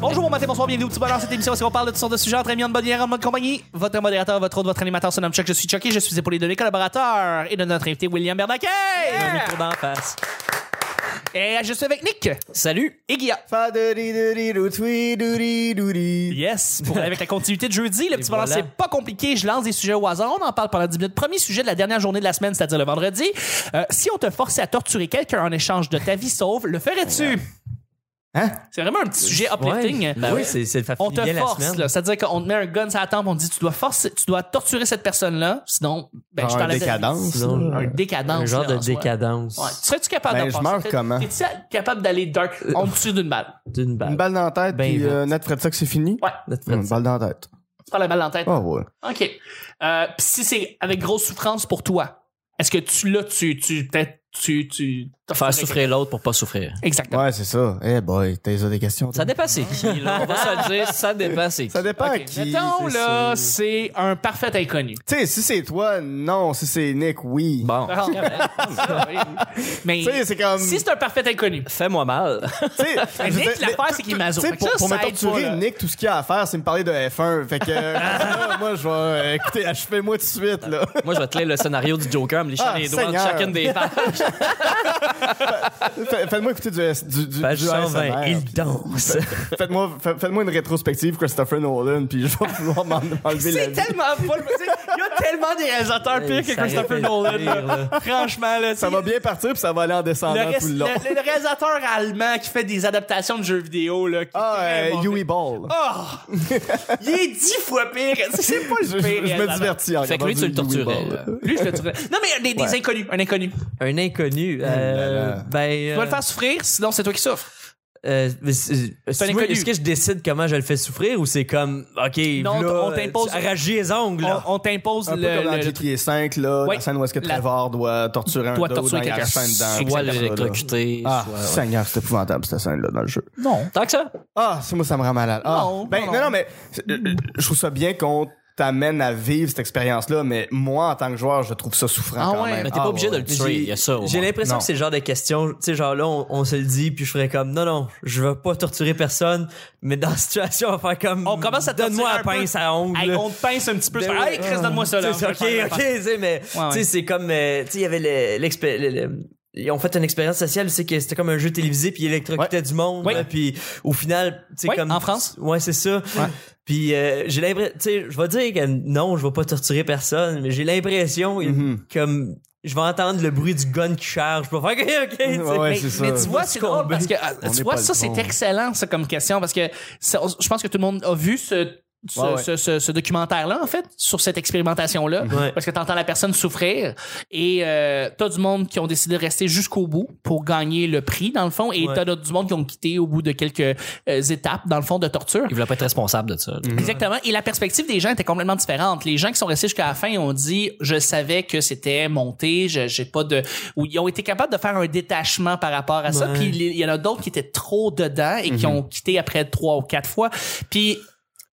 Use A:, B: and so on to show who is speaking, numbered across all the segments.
A: bonsoir, bienvenue au petit bonheur. Cette émission, parce qu'on parle de toutes sortes de sujets entre amis, en bonne bière, en bonne compagnie. Votre modérateur, votre autre, votre animateur se nomme Chuck. Je suis Chucky, je suis épaulé de mes collaborateurs et de notre invité William Bernanke.
B: Un micro d'en face.
A: Et je suis avec Nick
B: Salut!
A: et Guilla. Yes, pour, avec la continuité de jeudi, le petit
B: voilà.
A: bonheur, c'est pas compliqué. Je lance des sujets au hasard. On en parle pendant 10 minutes. Premier sujet de la dernière journée de la semaine, c'est-à-dire le vendredi. Euh, si on te forçait à torturer quelqu'un en échange de ta vie sauve, le ferais-tu?
C: Hein?
A: C'est vraiment un petit sujet uplifting.
D: euh,
B: Ouais. Ben oui, c'est c'est ça
A: On
B: finit
A: te
B: bien la
A: force,
B: semaine.
A: là. C'est-à-dire qu'on te met un gun sur la tempe, on te dit tu dois forcer, tu dois torturer cette personne-là, sinon, ben, je
C: un
A: t'enlève.
C: décadence.
B: Sinon,
A: Un décadence.
B: Un genre
A: là,
B: de
A: en soi.
B: décadence
A: Ouais. Serais-tu capable
C: Ben,
A: d'en
C: je
A: passer?
C: meurs
A: T'es-
C: comment?
A: T'es-tu capable d'aller dark
B: Euh.
A: en dessus d'une balle?
B: d'une balle.
C: Une balle dans la tête,
B: Ben
C: puis
B: vite.
C: euh, notre Fred Sox, c'est fini.
A: Ouais.
B: Notre
C: Une
B: Fred Sox.
C: balle dans la tête.
A: Tu prends la balle dans la tête.
C: Ah ouais.
A: OK. Euh, Puis si c'est avec grosse souffrance pour toi, est-ce que tu, là, tu, tu, peut-être, tu, tu,
D: Faire souffrir l'autre pour pas souffrir.
A: Exactement.
C: Ouais, c'est ça. Eh boy, t'as des questions. toi?
D: Ça dépend c'est qui, là. On va se le dire, ça dépend c'est qui.
C: Ça dépend
A: OK.
C: à qui.
A: Mettons,
C: c'est
A: là,
C: ça.
A: c'est un parfait inconnu.
C: Tu sais, si c'est toi, non. Si c'est Nick, oui.
D: Bon,
A: Ah, hein, Mais
C: Tu sais, c'est comme.
A: si c'est un parfait inconnu,
D: fais-moi mal.
C: tu sais, je veux
A: Nick,
C: dire,
A: l'affaire, c'est qu'il est maso.
C: Tu sais,
A: Fait que
C: pour,
A: ça,
C: pour
A: ça
C: me
A: aide pas,
C: torturer,
A: là.
C: Nick, tout ce qu'il a à faire, c'est me parler de F1. Fait que, euh, là, moi, je vais. euh, écoutez, achevez-moi tout de suite, là.
D: Moi, je vais te lire le scénario du Joker, me lécher
C: Ah,
D: les doigts entre
C: Seigneur.
D: chacune des pages.
C: Fais- Faites-moi écouter du. S- du, du,
B: Page
C: du
B: 120,
C: ASMR,
B: il danse.
C: puis Faites-moi fa- faites-moi une rétrospective, Christopher Nolan, puis je vais vouloir m'en- m'enlever la
A: C'est
C: vie.
A: tellement pas le- c'est- Il y a tellement des réalisateurs pires que
B: Ça aurait
A: Christopher
B: été
A: Nolan.
B: pire,
A: là. Franchement, là,
C: Ça
A: tu-
C: va bien partir, puis ça va aller en
A: Le,
C: descendant
A: reste-
C: tout le long.
A: le- le réalisateur allemand qui fait des adaptations de jeux vidéo, là. qui est
C: Ah,
A: très
C: euh,
A: mauvais.
C: Yui Ball.
A: Oh! Il est dix fois pire. C'est- C'est pas le
C: je, je-
A: pire.
C: je me
A: réalisateur.
C: divertis en
D: Fait que
C: regardant
D: lui, tu
C: du
D: le
C: Yui
D: torturais.
C: Ball.
D: là.
A: Lui, je le trouverais. Non, mais des, des inconnus. Un inconnu.
B: un inconnu. euh,
C: là là.
B: Ben.
A: Tu
B: euh,
A: vas le faire souffrir, sinon c'est toi qui souffres.
B: euh, mais c'est-
A: un
B: moi,
A: inconnu.
B: Est-ce que je décide comment je le fais souffrir ou c'est comme, OK,
A: Non,
B: là,
A: on t'impose-
B: tu arraches les ongles, là.
A: On, on t'impose
C: Un
A: le.
C: peu comme dans
A: le- le-
C: GTA 5, là,
A: Ouais.
C: la scène où est-ce que
A: La-
C: Trevor doit torturer un
A: Doit
C: dos
A: torturer
C: dans la
A: quelqu'un.
C: chaîne
D: Soit
C: dedans.
D: l'électrocuter,
C: Ah,
D: soit... euh,
C: Seigneur, c'est épouvantable cette scène-là dans le jeu.
A: Non.
D: Tant que ça.
C: Ah, c'est moi, ça me rend malade. Ah.
A: Non,
C: ben,
A: non,
C: non,
A: non.
C: non, mais euh, euh, je trouve ça bien qu'on t'amène à vivre cette expérience-là, mais moi, en tant que joueur, je trouve ça souffrant
A: Ah
C: quand
A: ouais,
C: même.
A: mais
D: t'es pas obligé de le tuer,
B: J'ai-
D: il y a ça, au
B: J'ai
D: moins.
B: l'impression
C: Non.
B: que c'est le genre de question, tu sais, genre là, on, on se le dit, puis je ferais comme, non, non, je veux pas torturer personne, mais dans la situation, on va faire comme,
A: On commence à te
B: donne-moi
A: tirer
B: la
A: un peu.
B: pince à ongles.
A: Hey, on te pince un petit peu.
B: Ben
A: sur-
B: oui.
A: Hey, Chris, donne-moi ça, là.
B: Tu sais,
A: Je vais le
B: ok,
A: faire.
B: ok, tu sais, mais
A: Ouais,
B: tu sais,
A: ouais.
B: c'est comme, euh, tu sais, il y avait le- l'expé- le- le- Ils ont fait une expérience sociale, c'est que c'était comme un jeu télévisé, puis ils électrocutaient du monde,
A: Ouais.
B: là, puis au final, tu sais,
A: Ouais,
B: comme.
A: en France.
B: Ouais, c'est ça. Puis euh, j'ai l'impression, tu sais, je vais dire que non, je vais pas torturer personne, mais j'ai l'impression
A: Mm-hmm.
B: comme je vais entendre le bruit du gun qui charge, je vais faire ok, ok. tu sais.
C: Ouais,
A: mais,
C: c'est ça.
A: mais tu vois, c'est drôle parce que ah,
C: On
A: tu
C: est
A: vois,
C: pas
A: ça,
C: le
A: c'est
C: bon.
A: excellent, ça, comme question, parce que ça, on- je pense que tout le monde a vu ce. Ce,
C: Ouais, ouais.
A: ce- ce- ce documentaire-là, en fait, sur cette expérimentation-là,
B: Ouais.
A: parce que t'entends la personne souffrir et euh, t'as du monde qui ont décidé de rester jusqu'au bout pour gagner le prix, dans le fond, et
B: Ouais.
A: t'as d'autres- du monde qui ont quitté au bout de quelques euh, étapes, dans le fond, de torture.
D: Il voulait pas être responsable de ça. là.
B: Mhm.
A: Exactement. Et la perspective des gens était complètement différente. Les gens qui sont restés jusqu'à la fin ont dit, je savais que c'était monté, je- j'ai pas de, ou ils ont été capables de faire un détachement par rapport à ça.
B: Ouais. Mhm.
A: Puis il y en a d'autres qui étaient trop dedans et qui ont quitté après trois ou quatre fois. Puis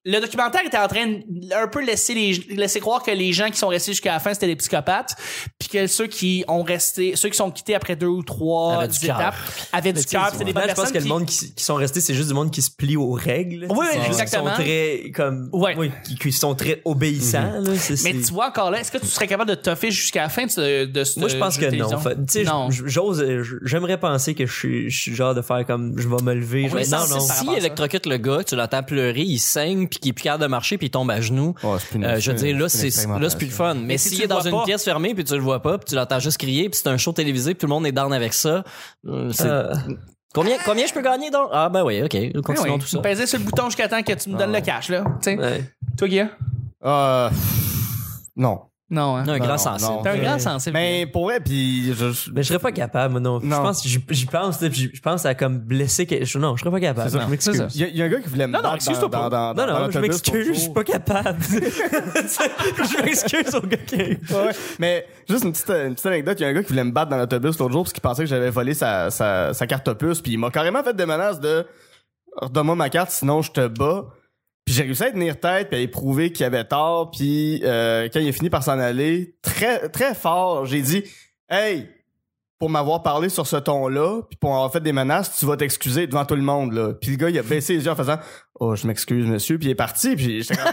A: le documentaire était en train de un peu laisser les, laisser croire que les gens qui sont restés jusqu'à la fin c'était des psychopathes, puis que ceux qui ont resté, ceux qui sont quittés après deux ou trois
D: Avaient du cœur.
A: étapes avaient du cœur. puis C'était des bonnes
B: je pense
A: personnes
B: que le
A: qui-
B: monde qui, qui sont restés, c'est juste du monde qui se plie aux règles.
A: Oui,
B: C'est juste
A: exactement.
B: Qui sont très, comme,
A: Ouais. Mhm.
B: oui, qui, qui sont très obéissants. là, c'est-
A: Mais
B: c'est-
A: tu vois encore là, est-ce que tu serais capable de toffer jusqu'à la fin de ce de ce
B: Moi, je pense
A: jeu
B: que non.
A: télévision?
B: Fait- tu sais,
A: non.
B: j- j'ose, euh, j- j'aimerais penser que je suis, je suis genre de faire comme, je vais me lever. je
A: Oui,
B: vais-
A: ça,
B: non, non.
A: c'est ça.
D: Si il électrocute le gars, tu l'entends pleurer, il saigne, puis qu'il est plus capable de marcher, puis il tombe à genoux.
C: Ouais, c'est plus une-
D: euh, je veux
C: c'est
D: dire,
C: une-
D: là,
C: c'est
D: c'est
C: une
D: là, c'est plus le fun. Mais
A: si
D: s'il
A: tu
D: est
A: le
D: dans
A: vois
D: une
A: pas-
D: pièce fermée, puis tu le vois pas, puis tu l'entends juste crier, puis c'est un show télévisé, puis tout le monde est down avec ça, euh, c'est-
B: Euh,
D: combien, combien je peux gagner donc? Ah, ben oui, OK,
A: Ben
D: continuons
A: oui,
D: tout ça.
A: Peser sur le bouton jusqu'à temps que tu me donnes le cash, là. Tu sais.
B: ouais.
A: Toi, Guillaume?
C: Euh, non.
A: Non, hein.
C: Non,
D: Non, un
C: Ben,
D: grand
C: non,
D: sensible.
C: non.
A: T'es un
B: Euh,
A: grand sensible.
C: Mais pour vrai, puis je- je-
B: Mais Ben, je serais pas capable, moi, non. Je
C: Non.
B: pense, j'y j'y pense, là, puis j'y- je pense à comme blesser. que- je- Non, je serais pas capable.
C: C'est ça.
B: Je m'excuse.
A: C'est ça.
C: Il y a- il y, a un gars qui voulait me
A: Non, non,
C: battre
A: excuse-toi
C: dans,
A: pas.
C: dans, dans,
B: Non,
C: dans
B: non, je
C: l'autobus l'autre
B: m'excuse, je suis
C: jour.
B: pas capable. Tu sais, je m'excuse au gars qui.
C: Ouais, mais juste une petite, une petite anecdote, il y a un gars qui voulait me battre dans l'autobus l'autre jour parce qu'il pensait que j'avais volé sa, sa, sa carte opus, puis il m'a carrément fait des menaces de redonne-moi ma carte sinon je te bats. Puis j'ai réussi à tenir tête, puis à éprouver qu'il avait tort, puis euh, quand il a fini par s'en aller, très très fort, j'ai dit "Hey, pour m'avoir parlé sur ce ton-là, puis pour avoir fait des menaces, tu vas t'excuser devant tout le monde, là. Puis le gars, il a baissé les yeux en faisant Oh, je m'excuse, monsieur, puis il est parti, puis j'étais comme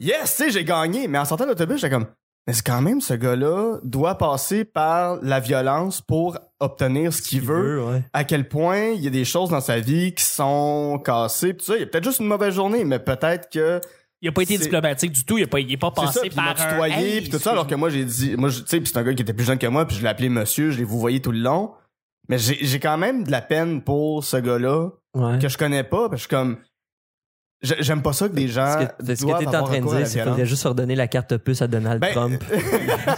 C: Yes, tu sais, j'ai gagné. Mais en sortant de l'autobus, j'étais comme Mais c'est quand même, ce gars-là doit passer par la violence pour obtenir ce qu'il veut
B: ouais.
C: à quel point il y a des choses dans sa vie qui sont cassées. Pis ça, il y a peut-être juste une mauvaise journée, mais peut-être que
A: Il a pas été
C: C'est-
A: diplomatique du tout. Il a pas, il est pas
C: c'est ça.
A: passé
C: Puis il m'a
A: par un.
C: tutoyé,
A: Hey,
C: puis tout ça. Alors que moi, j'ai dit, moi, je- tu sais, puis c'est un gars qui était plus jeune que moi, puis je l'ai appelé monsieur, je l'ai vouvoyé tout le long. Mais j'ai j'ai quand même de la peine pour ce gars-là
B: ouais.
C: que je connais pas, parce que je suis comme, j'ai- j'aime pas ça que des gens.
B: Ce que, ce que
C: doivent
B: t'es en
C: avoir
B: train de
C: recours à la
B: dire, c'est qu'il
C: violence.
B: faudrait juste ordonner la carte puce à Donald
C: Ben-
B: Trump.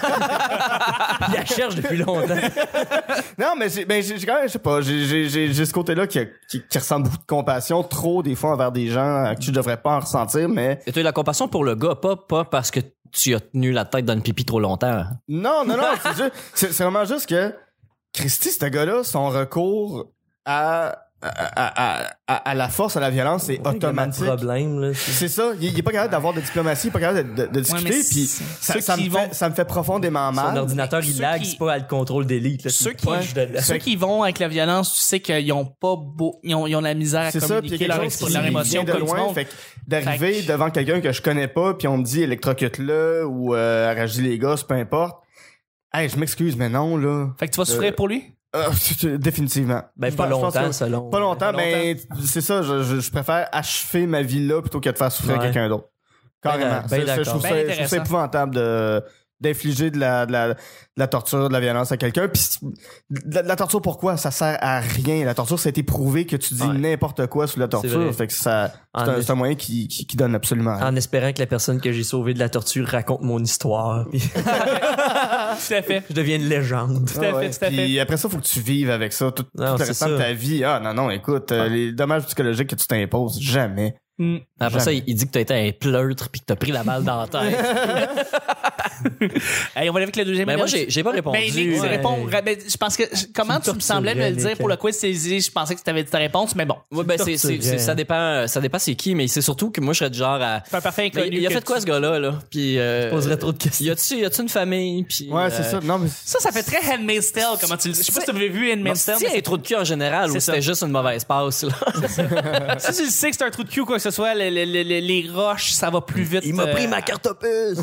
B: Il la cherche depuis longtemps.
C: Non, mais j'ai, ben, j'ai, j'ai quand même, je sais pas, j'ai, j'ai, j'ai, j'ai ce côté-là qui, qui, qui ressent beaucoup de compassion, trop des fois envers des gens à qui je devrais pas en ressentir, mais
D: Et tu as eu la compassion pour le gars, pas, pas parce que tu as tenu la tête dans une pipi trop longtemps.
C: Non, non, non, c'est juste- c'est c'est vraiment juste que Christy, ce gars-là, son recours à, à, à, à- à, à la force, à la violence, c'est automatique.
B: Le problème, là.
C: C'est ça, il, il est pas capable d'avoir de diplomatie, il est pas capable de, de- de discuter,
A: mais
C: puis
A: c'est-
C: ça,
A: ceux
C: ça me
A: qui
C: fait,
A: vont-
C: ça me fait profondément
B: Son
C: mal.
B: ordinateur, il
A: ceux
B: lag,
A: qui-
B: c'est pas à le contrôle d'élite. là.
A: Ceux
B: Il
A: qui,
B: punch dedans.
A: ceux qui vont avec la violence, tu sais qu'ils ont pas beau, ils ont, ils ont de la misère à
C: C'est ça, puis il y
A: communiquer
C: a quelque
A: leur,
C: chose qui
A: leur
C: vient
A: émotion
C: de
A: comme du
C: loin,
A: monde.
C: fait que d'arriver
A: Fait que-
C: devant quelqu'un que je connais pas, puis on me dit électrocute-le ou euh, arrache-lui les gosses, peu importe. Hey, je m'excuse, mais non, là.
A: Fait que tu vas souffrir pour lui?
C: Euh, définitivement.
B: Ben,
C: Je
B: pas
C: pense- je pense
B: longtemps,
C: que-
B: selon.
C: Pas longtemps,
A: Pas
C: mais c'est ça, je, je- je préfère achever ma vie là plutôt que de faire souffrir
B: Ouais.
C: quelqu'un d'autre. Carrément.
B: Ben, ben
C: Ça, ça, je,
B: d'accord.
C: trouve ça,
A: Ben
C: je trouve ça
A: intéressant.
C: épouvantable de d'infliger de la, de, la, de la torture, de la violence à quelqu'un. Puis de la, de la torture, pourquoi? Ça sert à rien. La torture, c'était prouvé que tu dis
B: Ouais.
C: n'importe quoi sous la
B: vrai.
C: torture. Fait que ça,
B: En Ah,
C: c'est un,
B: effet.
C: c'est un moyen qui, qui, qui donne absolument rien.
B: En espérant que la personne que j'ai sauvée de la torture raconte mon histoire. puis
A: Tout à fait.
B: je deviens une légende.
A: Tout à
C: Ah
A: fait,
C: ouais.
A: tout à fait.
C: Puis après ça, faut que tu vives avec ça tout, tout
B: Non,
C: le
B: c'est
C: restant de
B: ça.
C: ta vie. Ah non, non, écoute, euh, les dommages psychologiques que tu t'imposes, jamais.
A: Mm.
D: Après ça,
C: Jamais.
D: il il dit que t'as été un pleutre puis que t'as pris la balle dans la tête.
A: Allez, on va aller avec le deuxième.
D: Mais Ben, moi,
A: énergie.
D: j'ai j'ai pas répondu.
A: Ben, Nick, tu
B: ouais.
A: réponds. ra- ben, je pense que comment
B: Tu
A: tu
B: me
A: me semblais me le
B: torturais,
A: dire pour le
B: Nick.
A: quiz saisi, je pensais que tu avais dit ta réponse, mais bon.
D: Ouais, ben, c'est- c'est- c'est- ça dépend, ça dépend c'est qui, mais c'est surtout que moi, je serais du genre à.
A: C'est un parfait
D: Mais
A: inconnu.
D: il a
A: que
D: fait quoi,
A: tu-
D: ce gars-là, là? Puis. euh,
B: poserais trop de questions.
D: Y a-tu, y a-tu une famille? Puis,
C: Ouais, c'est ça.
D: euh,
C: Non, mais
A: Ça, ça fait très Handmaid's Tale, comment tu le Je sais pas si tu avais vu
D: Non,
A: Handmaid's Tale.
D: c'est-tu un trou de cul en général ou
A: C'est ça.
D: c'était juste une mauvaise passe, là?
A: mais Si tu le sais que c'est un trou de cul ou quoi que ce soit, le- le- le- le- les roches, ça va plus vite. euh,
B: carte opus!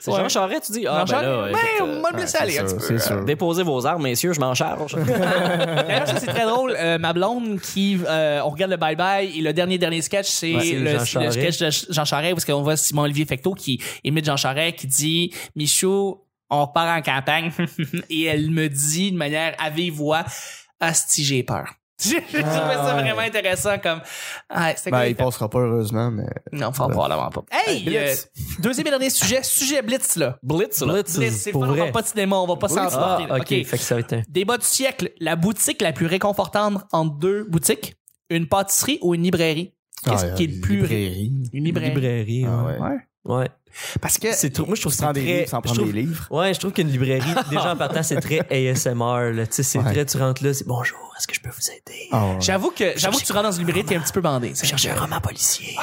D: C'est
A: Ouais.
D: Jean Charest, tu dis? Ah,
A: Non,
D: ben
A: j'en-
D: là,
A: ben,
D: écoute,
A: on
D: euh,
A: m'a laissé aller un petit peu.
C: c'est
B: euh,
C: sûr.
D: Déposez vos armes, messieurs, je m'en charge.
A: D'ailleurs, ça, c'est très drôle. Euh, ma blonde qui, euh, on regarde le Bye Bye et le dernier dernier sketch, c'est
B: Ouais, c'est
A: le,
B: Jean Charest.
A: le sketch de Ch- Jean Charest parce qu'on voit Simon Olivier Fecteau qui imite Jean Charest qui dit Michou, on part en campagne et elle me dit de manière à vive voix Asti, j'ai peur. J'ai trouvé ça
C: Ah, ouais.
A: vraiment intéressant comme ah, c'est
C: Ben,
A: quoi,
C: il passera pas, heureusement, mais.
A: Non, faut probablement pas. Hey,
C: Blitz.
A: euh, deuxième et dernier sujet, sujet Blitz là.
D: Blitz, là.
A: Blitz, c'est
B: pour
A: pas, on va
B: vrai.
A: pas de cinéma, on va pas s'en
B: Ah,
A: sortir.
B: ok. Fait que ça va être un...
A: Débat du siècle, la boutique la plus réconfortante entre deux boutiques, une pâtisserie ou une librairie? Qu'est-ce
C: Ah,
A: qui est
C: euh,
A: le plus...
C: librairie.
A: Une librairie.
B: librairie.
C: Ah
B: ouais.
C: ouais.
A: Ouais.
B: Ouais.
A: Parce que...
B: C'est trop... Moi, je trouve que
C: Sans
B: c'est
C: des
B: très...
C: livres, sans
B: je
C: prendre
B: trouve-
C: des livres.
B: Ouais, je trouve qu'une librairie, déjà en partant, c'est très ASMR. Là. Tu sais, c'est
C: Ouais. Ah.
B: très... Tu rentres là, c'est « Bonjour, est-ce que je peux vous aider?
A: J'avoue que, j'avoue que tu rentres dans une librairie, t'es un petit peu bandé.
B: Je cherche un roman policier.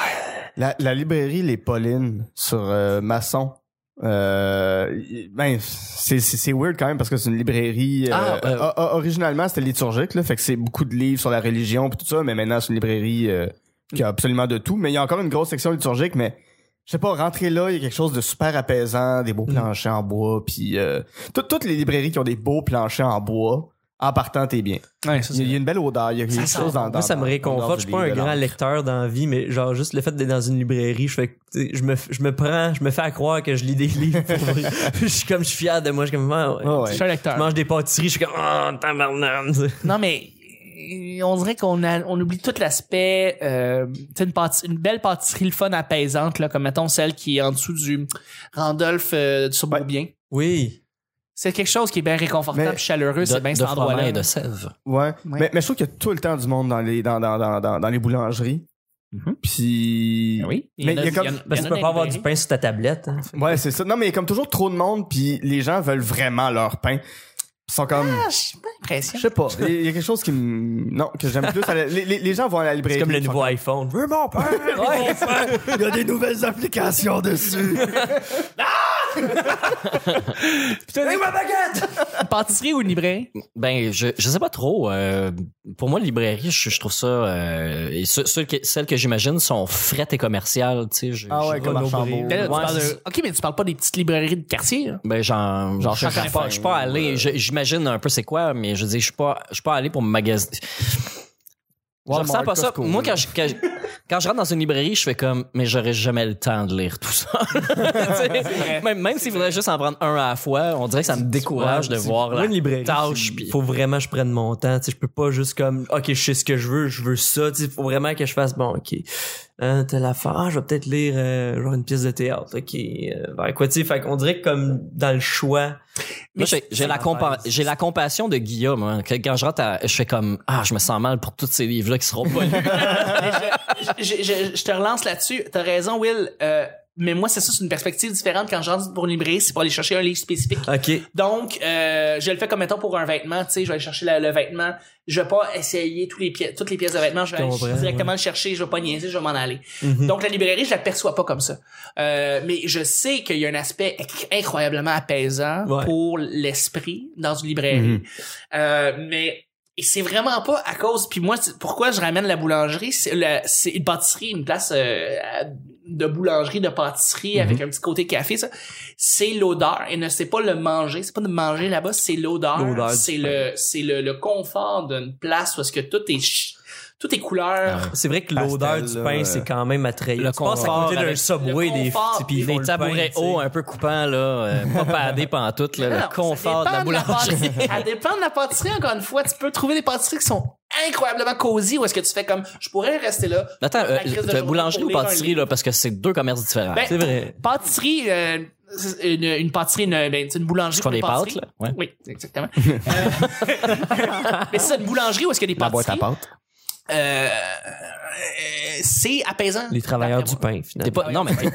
C: la, la librairie Les Paulines sur euh, Masson. Euh, y- ben, c'est, c'est, c'est weird quand même parce que c'est une librairie. euh,
D: Ah,
B: ben,
D: ouais.
C: o- o- originalement, c'était liturgique, là, fait que c'est beaucoup de livres sur la religion et tout ça, mais maintenant, c'est une librairie euh, qui a absolument de tout. Mais il y a encore une grosse section liturgique, mais je sais pas, rentrer là, il y a quelque chose de super apaisant, des
B: Mm.
C: beaux planchers en bois, puis euh, tout- toutes les librairies qui ont des beaux planchers en bois, en partant, t'es bien.
A: Ouais, ça,
C: Il y a- il y a une belle odeur, il y a quelque
A: sent
C: chose dans, dans
B: Moi, ça me
C: dans- dans
B: réconforte.
C: du
B: Je suis pas un
C: livre,
B: grand
C: dans-
B: lecteur dans la vie, mais genre, juste le fait d'être dans une librairie, je fais, que, tu sais, je me, je me prends, je me fais à croire que je lis des livres. pour vrai. je suis comme, je suis fier de moi. Je suis comme, ah, ouais.
C: Ah
A: Je
C: ouais.
A: suis un
B: Je
A: lecteur.
B: mange des pâtisseries, je suis comme, oh, tabarnak.
A: Non, mais euh, on dirait qu'on a- on oublie tout l'aspect... Euh, tu sais, une, pâti- une belle pâtisserie, le fun, apaisante, là, comme mettons celle qui est en dessous du Randolph euh, du Suburbien.
B: Oui.
A: C'est quelque chose qui est bien réconfortant
C: Mais-
A: puis chaleureux,
D: De,
A: c'est bien
D: de
A: cet
D: Froment
A: endroit-là.
D: et de Sèvres.
C: Ouais. Mais,
A: Ouais.
C: mais je trouve qu'il y a tout le temps du monde dans les, dans, dans, dans, dans, dans les boulangeries. Puis.
A: Ben Oui.
C: Mais il y a comme-
B: Parce que tu peux pas avoir du pain sur ta tablette. hein.
C: Ouais, c'est ça. Non, mais il y a comme toujours trop de monde, puis les gens veulent vraiment leur pain. Ils sont comme.
A: Ah, j'ai pas l'impression.
C: je sais pas. Il y a quelque chose qui me. Non, que j'aime plus. à la- Les, les- les gens vont à la librairie.
B: C'est comme le
C: ils
B: nouveau iPhone. Je veux mon pain!
C: font comme, Il y a des nouvelles applications dessus.
A: Putain,
C: Ah! ma baguette!
A: pâtisserie ou une librairie?
D: Ben, je, je sais pas trop. euh, pour moi, librairie, je, je trouve ça. euh, et ce- ceux que- celles que j'imagine sont frettes et commerciales, tu sais. je-
C: Ah
D: je-
C: ouais, comme Archambault.
A: Là, tu
D: Ouais,
A: parles de-
D: c'est-
A: Ok, mais tu parles pas des petites librairies de quartier, là.
D: Ben, genre, genre je, je, suis
A: Chacun
D: pas, je suis pas allé. je- J'imagine un peu c'est quoi, mais je dis, je suis pas, je suis pas allé pour me magasiner. Je
C: Walmart,
D: ressens pas ça.
C: Costco,
D: Moi,
C: là.
D: quand je, quand, je, quand je rentre dans une librairie, je fais comme, mais j'aurais jamais le temps de lire tout ça. Tu sais, même même s'il faudrait juste en prendre un à la fois, on dirait que ça me décourage de
B: C'est-
D: voir
B: moi,
D: la
B: une librairie,
D: tâche.
B: c'est-
D: puis-
B: Faut vraiment que je prenne mon temps. Tu sais, je peux pas juste comme, OK, je sais ce que je veux, je veux ça. Tu sais, faut vraiment que je fasse, bon, OK, hein, telle affaire. Ah, je vais peut-être lire euh, genre une pièce de théâtre. OK, euh, vers quoi, tu sais. Fait qu'on dirait que comme dans le choix.
D: Moi, j'ai j'ai la, compa- j'ai la compassion de Guillaume. hein, que quand je rentre, à- je fais comme ah, je me sens mal pour tous ces livres-là qui seront pas lus.
A: je, je- je te relance là-dessus. T'as raison, Will. Euh, mais moi, c'est ça, c'est une perspective différente quand je rentre pour une librairie, c'est pour aller chercher un livre spécifique.
B: OK.
A: Donc, euh, je le fais comme mettons pour un vêtement, tu sais, je vais aller chercher la- le vêtement. Je vais pas essayer tous les pièces, toutes les pièces de vêtements, je Mm-hmm. vais
B: Comprends,
A: aller directement le chercher, je vais pas niaiser, je vais m'en aller.
B: Mhm.
A: Donc, la librairie, je la perçois pas comme ça. Euh, mais je sais qu'il y a un aspect inc- incroyablement apaisant
B: Ouais.
A: pour l'esprit dans une librairie. Euh, mais et c'est vraiment pas à cause. Puis moi, c'est- pourquoi je ramène la boulangerie, c'est la- c'est une pâtisserie, une place euh, à- de boulangerie, de pâtisserie avec
D: Mhm.
A: un petit côté café. Ça, c'est l'odeur et ne c'est pas le manger. C'est pas de manger là-bas, c'est l'odeur.
B: L'odeur du
A: C'est le c'est le, le confort d'une place où est-ce que tout est ch- tout est couleur.
D: Ah
B: C'est vrai que
C: Pastel,
B: l'odeur du
C: là,
B: pain,
C: euh,
B: c'est quand même attrayant.
D: le
B: tu passes à
D: confort
B: côté d'un
D: avec-
B: subway,
A: le
B: des,
A: confort,
B: tu sais, puis ils font
D: Des
B: le
D: tabourets
B: pain, tu sais.
D: hauts un peu coupants là, euh, pas padés pantoute, là,
A: Non,
D: le
A: ça
D: confort de la
A: dépend
D: boulangerie.
A: pâtisserie. ça dépend de la pâtisserie, encore une fois. Tu peux trouver des pâtisseries qui sont incroyablement cosy ou est-ce que tu fais comme, je pourrais rester là.
D: Attends, euh,
A: La crise de
D: t'as
A: journée
D: boulangerie
A: pour
D: ou
A: lire un
D: pâtisserie
A: livre.
D: là, parce que c'est deux commerces différents.
A: Ben,
B: C'est vrai.
A: Pâtisserie, euh, c'est une, une pâtisserie, une, ben, c'est une boulangerie.
D: Tu fais
A: pour
D: des
A: une pâtisserie.
D: pâtes, là? Ouais.
A: Oui, exactement. Euh, mais c'est ça, une boulangerie où est-ce qu'il y a des
C: La boîte à
A: pâtisseries?
C: pâte.
A: euh, euh, c'est apaisant.
B: Les travailleurs du pain,
D: T'es
B: finalement.
D: pas, non mais t'es-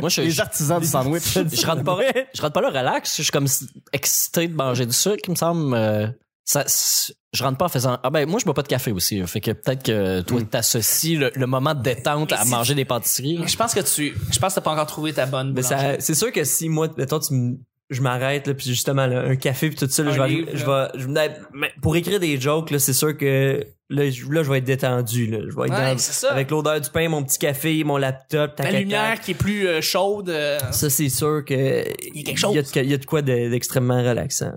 D: moi je,
C: Les
D: je,
C: artisans du sandwich.
D: je rentre pas, je rentre pas là relax. Je suis comme excité de manger du sucre, il me semble. euh, ça, c'est- je rentre pas en faisant ah ben moi je bois pas de café aussi. là. Fait que peut-être que toi t'associes le, le moment de détente
A: Hmm. Mais
D: à
A: si-
D: manger des pâtisseries.
A: Je pense que tu, je pense que t'as pas encore trouvé ta bonne
B: Mais
A: boulangerie.
B: ça, c'est sûr que si moi, mettons, tu m- je m'arrête, là, puis justement, là, un café, puis tout ça, là,
A: Un
B: je vais,
A: livre,
B: je vais, je vais- mais pour écrire des jokes, là, c'est sûr que là, je, là, je vais être détendu, là. Je vais être
A: Ouais,
B: dans-
A: c'est ça.
B: avec l'odeur du pain, mon petit café, mon laptop, tac,
A: La
B: tac,
A: lumière
B: tac.
A: qui est plus euh, chaude. euh,
B: Ça, c'est sûr que.
A: Il y a quelque chose.
B: Il y a de, il y a de quoi de- d'extrêmement relaxant.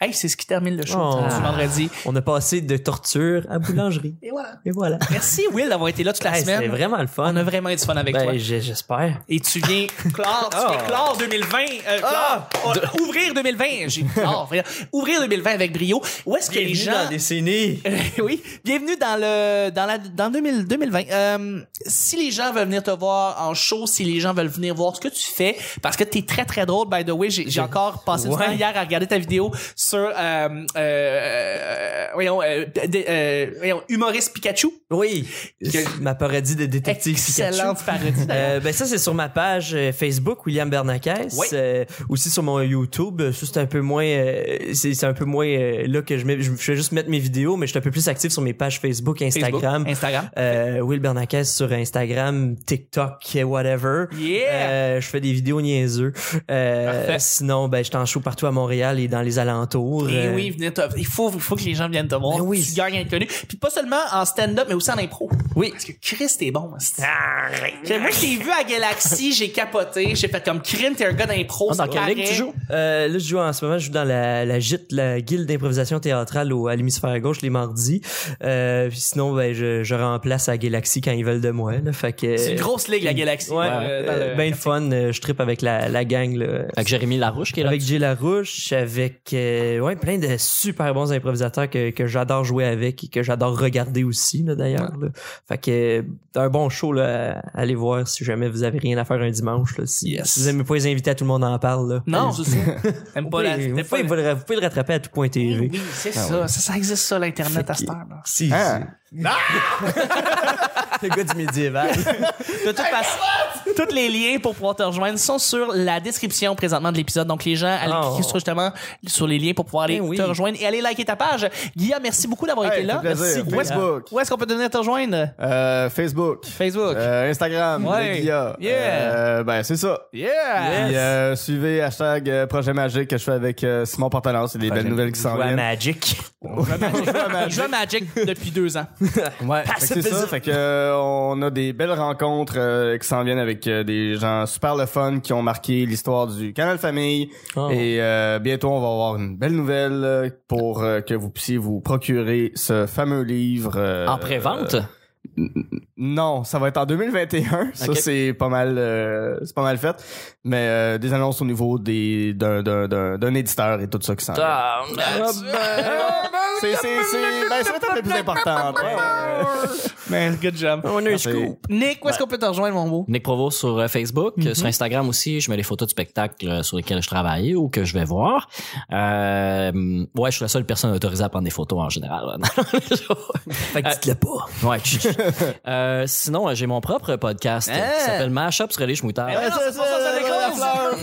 A: Hey, c'est ce qui termine le show
B: Oh.
A: du vendredi.
B: On a passé de torture à boulangerie.
A: Et voilà.
B: Et voilà.
A: Merci Will d'avoir été là toute la
B: Hey, C'était
A: semaine.
B: vraiment le fun.
A: On a vraiment eu du fun avec
B: Ben,
A: toi.
B: j'ai- j'espère.
A: Et tu viens clore, tu
B: Ah.
A: viens clore 2020, euh, clore, oh, ouvrir 2020, j'ai dit clore, voyons. ouvrir 2020 avec brio. Où est-ce que les gens, Euh,
B: décennie.
A: oui, bienvenue dans le, dans la, dans 2000 2020. Euh, si les gens veulent venir te voir en show, si les gens veulent venir voir ce que tu fais, parce que t'es très très drôle, by the way, j'ai j'ai encore passé du
B: Ouais.
A: temps hier à regarder ta vidéo sur, euh, euh, euh, voyons, euh, d- euh, voyons, humoriste Pikachu,
B: Oui.
A: Que-
B: Ma parodie de détective Pikachu.
A: excellente parodie. d'ailleurs.
B: Euh, ben ça c'est sur ma page euh, Facebook William Bernacès
A: Oui.
B: Euh, aussi sur mon YouTube ça c'est un peu moins euh, c'est c'est un peu moins euh, là que je mets je fais juste mettre mes vidéos mais je suis un peu plus actif sur mes pages Facebook
A: Facebook,
B: Euh, Instagram
A: Instagram.
B: euh, Will Bernacès sur Instagram TikTok euh, whatever
A: Yeah!
B: Euh, je fais des vidéos niaiseux Euh,
A: Parfait.
B: sinon ben je t'en show partout à Montréal et dans les alentours
A: Et
B: Euh,
A: Eh oui, venez te- il faut, il faut que les gens viennent te voir.
B: Ben oui.
A: Tu gagnes un connu. Puis pas seulement en stand-up, mais aussi en impro.
B: oui
A: Parce que Chris, t'es bon. c'est- J'ai- Moi, je t'ai vu à Galaxy, j'ai capoté, j'ai fait comme Chris, t'es un gars d'impro.
D: Ah, dans
A: c'est
D: quelle ligue
A: carré.
D: tu joues?
B: Euh, là, je joue en ce moment, je joue dans la, la GIT, la Guilde d'improvisation théâtrale au, à l'hémisphère gauche les mardis. Euh, puis sinon, ben, je, je remplace à Galaxy quand ils veulent de moi. Là, fait que,
A: C'est une grosse ligue, la Galaxy.
B: Ouais,
A: euh, dans
B: euh,
A: le-
B: ben le fun. euh, je trippe avec la, la gang. Là,
D: Avec Jérémy Larouche qui est là.
B: avec Jay Larouche, avec euh, ouais, plein de super bons improvisateurs que, que j'adore jouer avec et que j'adore regarder aussi, là, d'ailleurs. là. Fait que euh, un bon show, là, à- allez voir si jamais vous avez rien à faire un dimanche. Là, si,
A: Yes.
B: si vous aimez pas les invités, à tout le monde en parle. Là,
A: Non,
B: Allez-y.
A: c'est ça. T'aimes
B: Vous
A: pas la.
B: pouvez- vous,
A: t'aimes
B: pouvez,
A: pas
B: vous
A: la-
B: le, vous pouvez le rattraper à tout point TV. Ah.
A: Oui, c'est ça. ça. Ça existe, ça, l'Internet à cette heure. là.
B: Si.
C: Hein?
B: le gars du médiéval.
A: De toute façon, tous les liens pour pouvoir te rejoindre sont sur la description présentement de l'épisode. Donc, les gens, allez
B: Oh.
A: cliquer sur, justement sur les liens pour pouvoir aller
B: Eh oui.
A: te rejoindre et aller liker ta page. Guillaume, merci beaucoup d'avoir
C: Hey,
A: été là.
C: fait plaisir.
A: Merci. Où est-ce
C: Facebook.
A: où est-ce qu'on peut te donner te rejoindre?
C: Euh, Facebook.
A: Facebook.
C: Euh, Instagram,
A: Ouais.
C: les gars.
A: Yeah.
C: Euh, ben, c'est ça.
A: yeah!
C: Puis, euh, suivez hashtag euh, Projet Magique que je fais avec euh, Simon Portelance. C'est des belles nouvelles qui s'en
B: Joue à
C: viennent.
B: Magic.
A: Il joue à Magic depuis deux ans.
C: Ouais, fait que c'est ça. Fait que, euh, on a des belles rencontres euh, qui s'en viennent avec euh, des gens super le fun qui ont marqué l'histoire du Canal Famille.
B: Oh.
C: Et euh, bientôt, on va avoir une belle nouvelle euh, pour euh, que vous puissiez vous procurer ce fameux livre. euh,
D: En pré-vente?
C: euh, non, ça va être en 2021. Ça,
D: Ok.
C: c'est pas mal, euh, c'est pas mal fait. Mais euh, des annonces au niveau des d'un d'un- d'un- d'un éditeur et tout ça qui s'en vient.
D: Ah,
C: ben, C'est c'est c'est ben c'est peut-être le plus important.
A: Mais good job.
B: On a un scoop.
C: C'est-
A: Nick, où est-ce qu'on peut te rejoindre, mon beau?
D: Nick Provo sur euh, Facebook, Euh, sur Instagram aussi, je mets les photos de spectacles euh, sur lesquels je travaille ou que je vais voir. Euh, ouais, je suis la seule personne autorisée à prendre des photos en général. là, dans les jours.
B: Fait
A: Euh,
B: que dites-le pas.
D: ouais. chut, chut. Euh, sinon, euh, j'ai mon propre podcast euh,
A: Hein?
D: qui s'appelle Mashup sur les
C: Euh,
D: moutards.
A: non, c'est pour ça que ça décroche.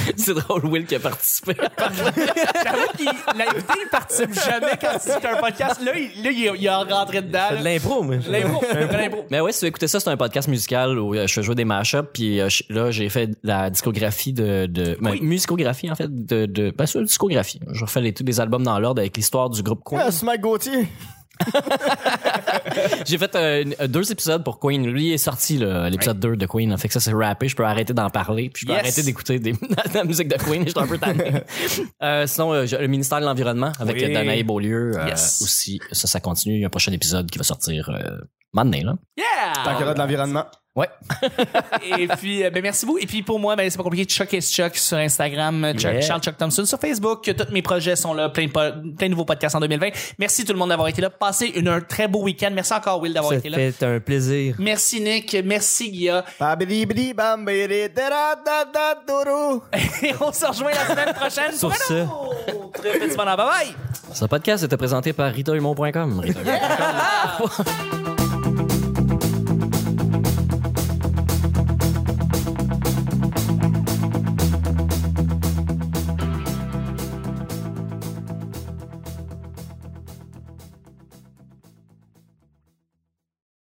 D: C'est drôle, Will qui a participé.
A: J'avoue qu'il l'invité, il participe jamais quand c'est un podcast. Là, il, là, il, est- il est rentré dedans.
B: C'est de
A: là.
B: l'impro, moi.
A: L'impro, de l'impro.
D: Mais Ben ouais, si tu veux écouter ça, c'est un podcast musical où euh, je fais jouer des mashups. Puis euh, je- là, j'ai fait la discographie de, de ma musicographie en fait de, de ben sûr, discographie. Je refais les, tous les albums dans l'ordre avec l'histoire du groupe Queen.
C: Ah, c'est Mike Gauthier.
D: J'ai fait euh, une- euh, deux épisodes pour Queen. Lui il est sorti là, l'épisode 2 de Queen. Fait que ça c'est rappé. Je peux arrêter d'en parler. Puis je peux
A: Yes.
D: arrêter d'écouter des- de la musique de Queen. J'étais un peu tanné. Euh, sinon, euh, j'ai le ministère de l'environnement avec
A: Oui.
D: euh, Danae Beaulieu euh,
A: Yes.
D: aussi. Ça, ça continue. Il y a un prochain épisode qui va sortir euh, maintenant là.
C: Tant qu'il y
A: Yeah!
C: aura de l'environnement.
A: Et puis, euh, ben, merci beaucoup. Et puis, pour moi, ben, c'est pas compliqué. Chuck is Chuck sur Instagram, Chuck-
B: Yeah.
A: Charles Chuck Thompson sur Facebook. Tous mes projets sont là, plein de, po- plein de nouveaux podcasts en 2020. Merci tout le monde d'avoir été là. Passez une, un très beau week-end. Merci encore, Will, d'avoir été là.
B: C'était un plaisir.
A: Merci, Nick. Merci, Guilla.
C: Babidi bam bidi da da da dourou.
A: Et on se rejoint la semaine prochaine
B: Sur
A: pour un autre petit bonheur. Bye bye!
D: Ce podcast était présenté par ritahuimont.com. Ritahuimont.com.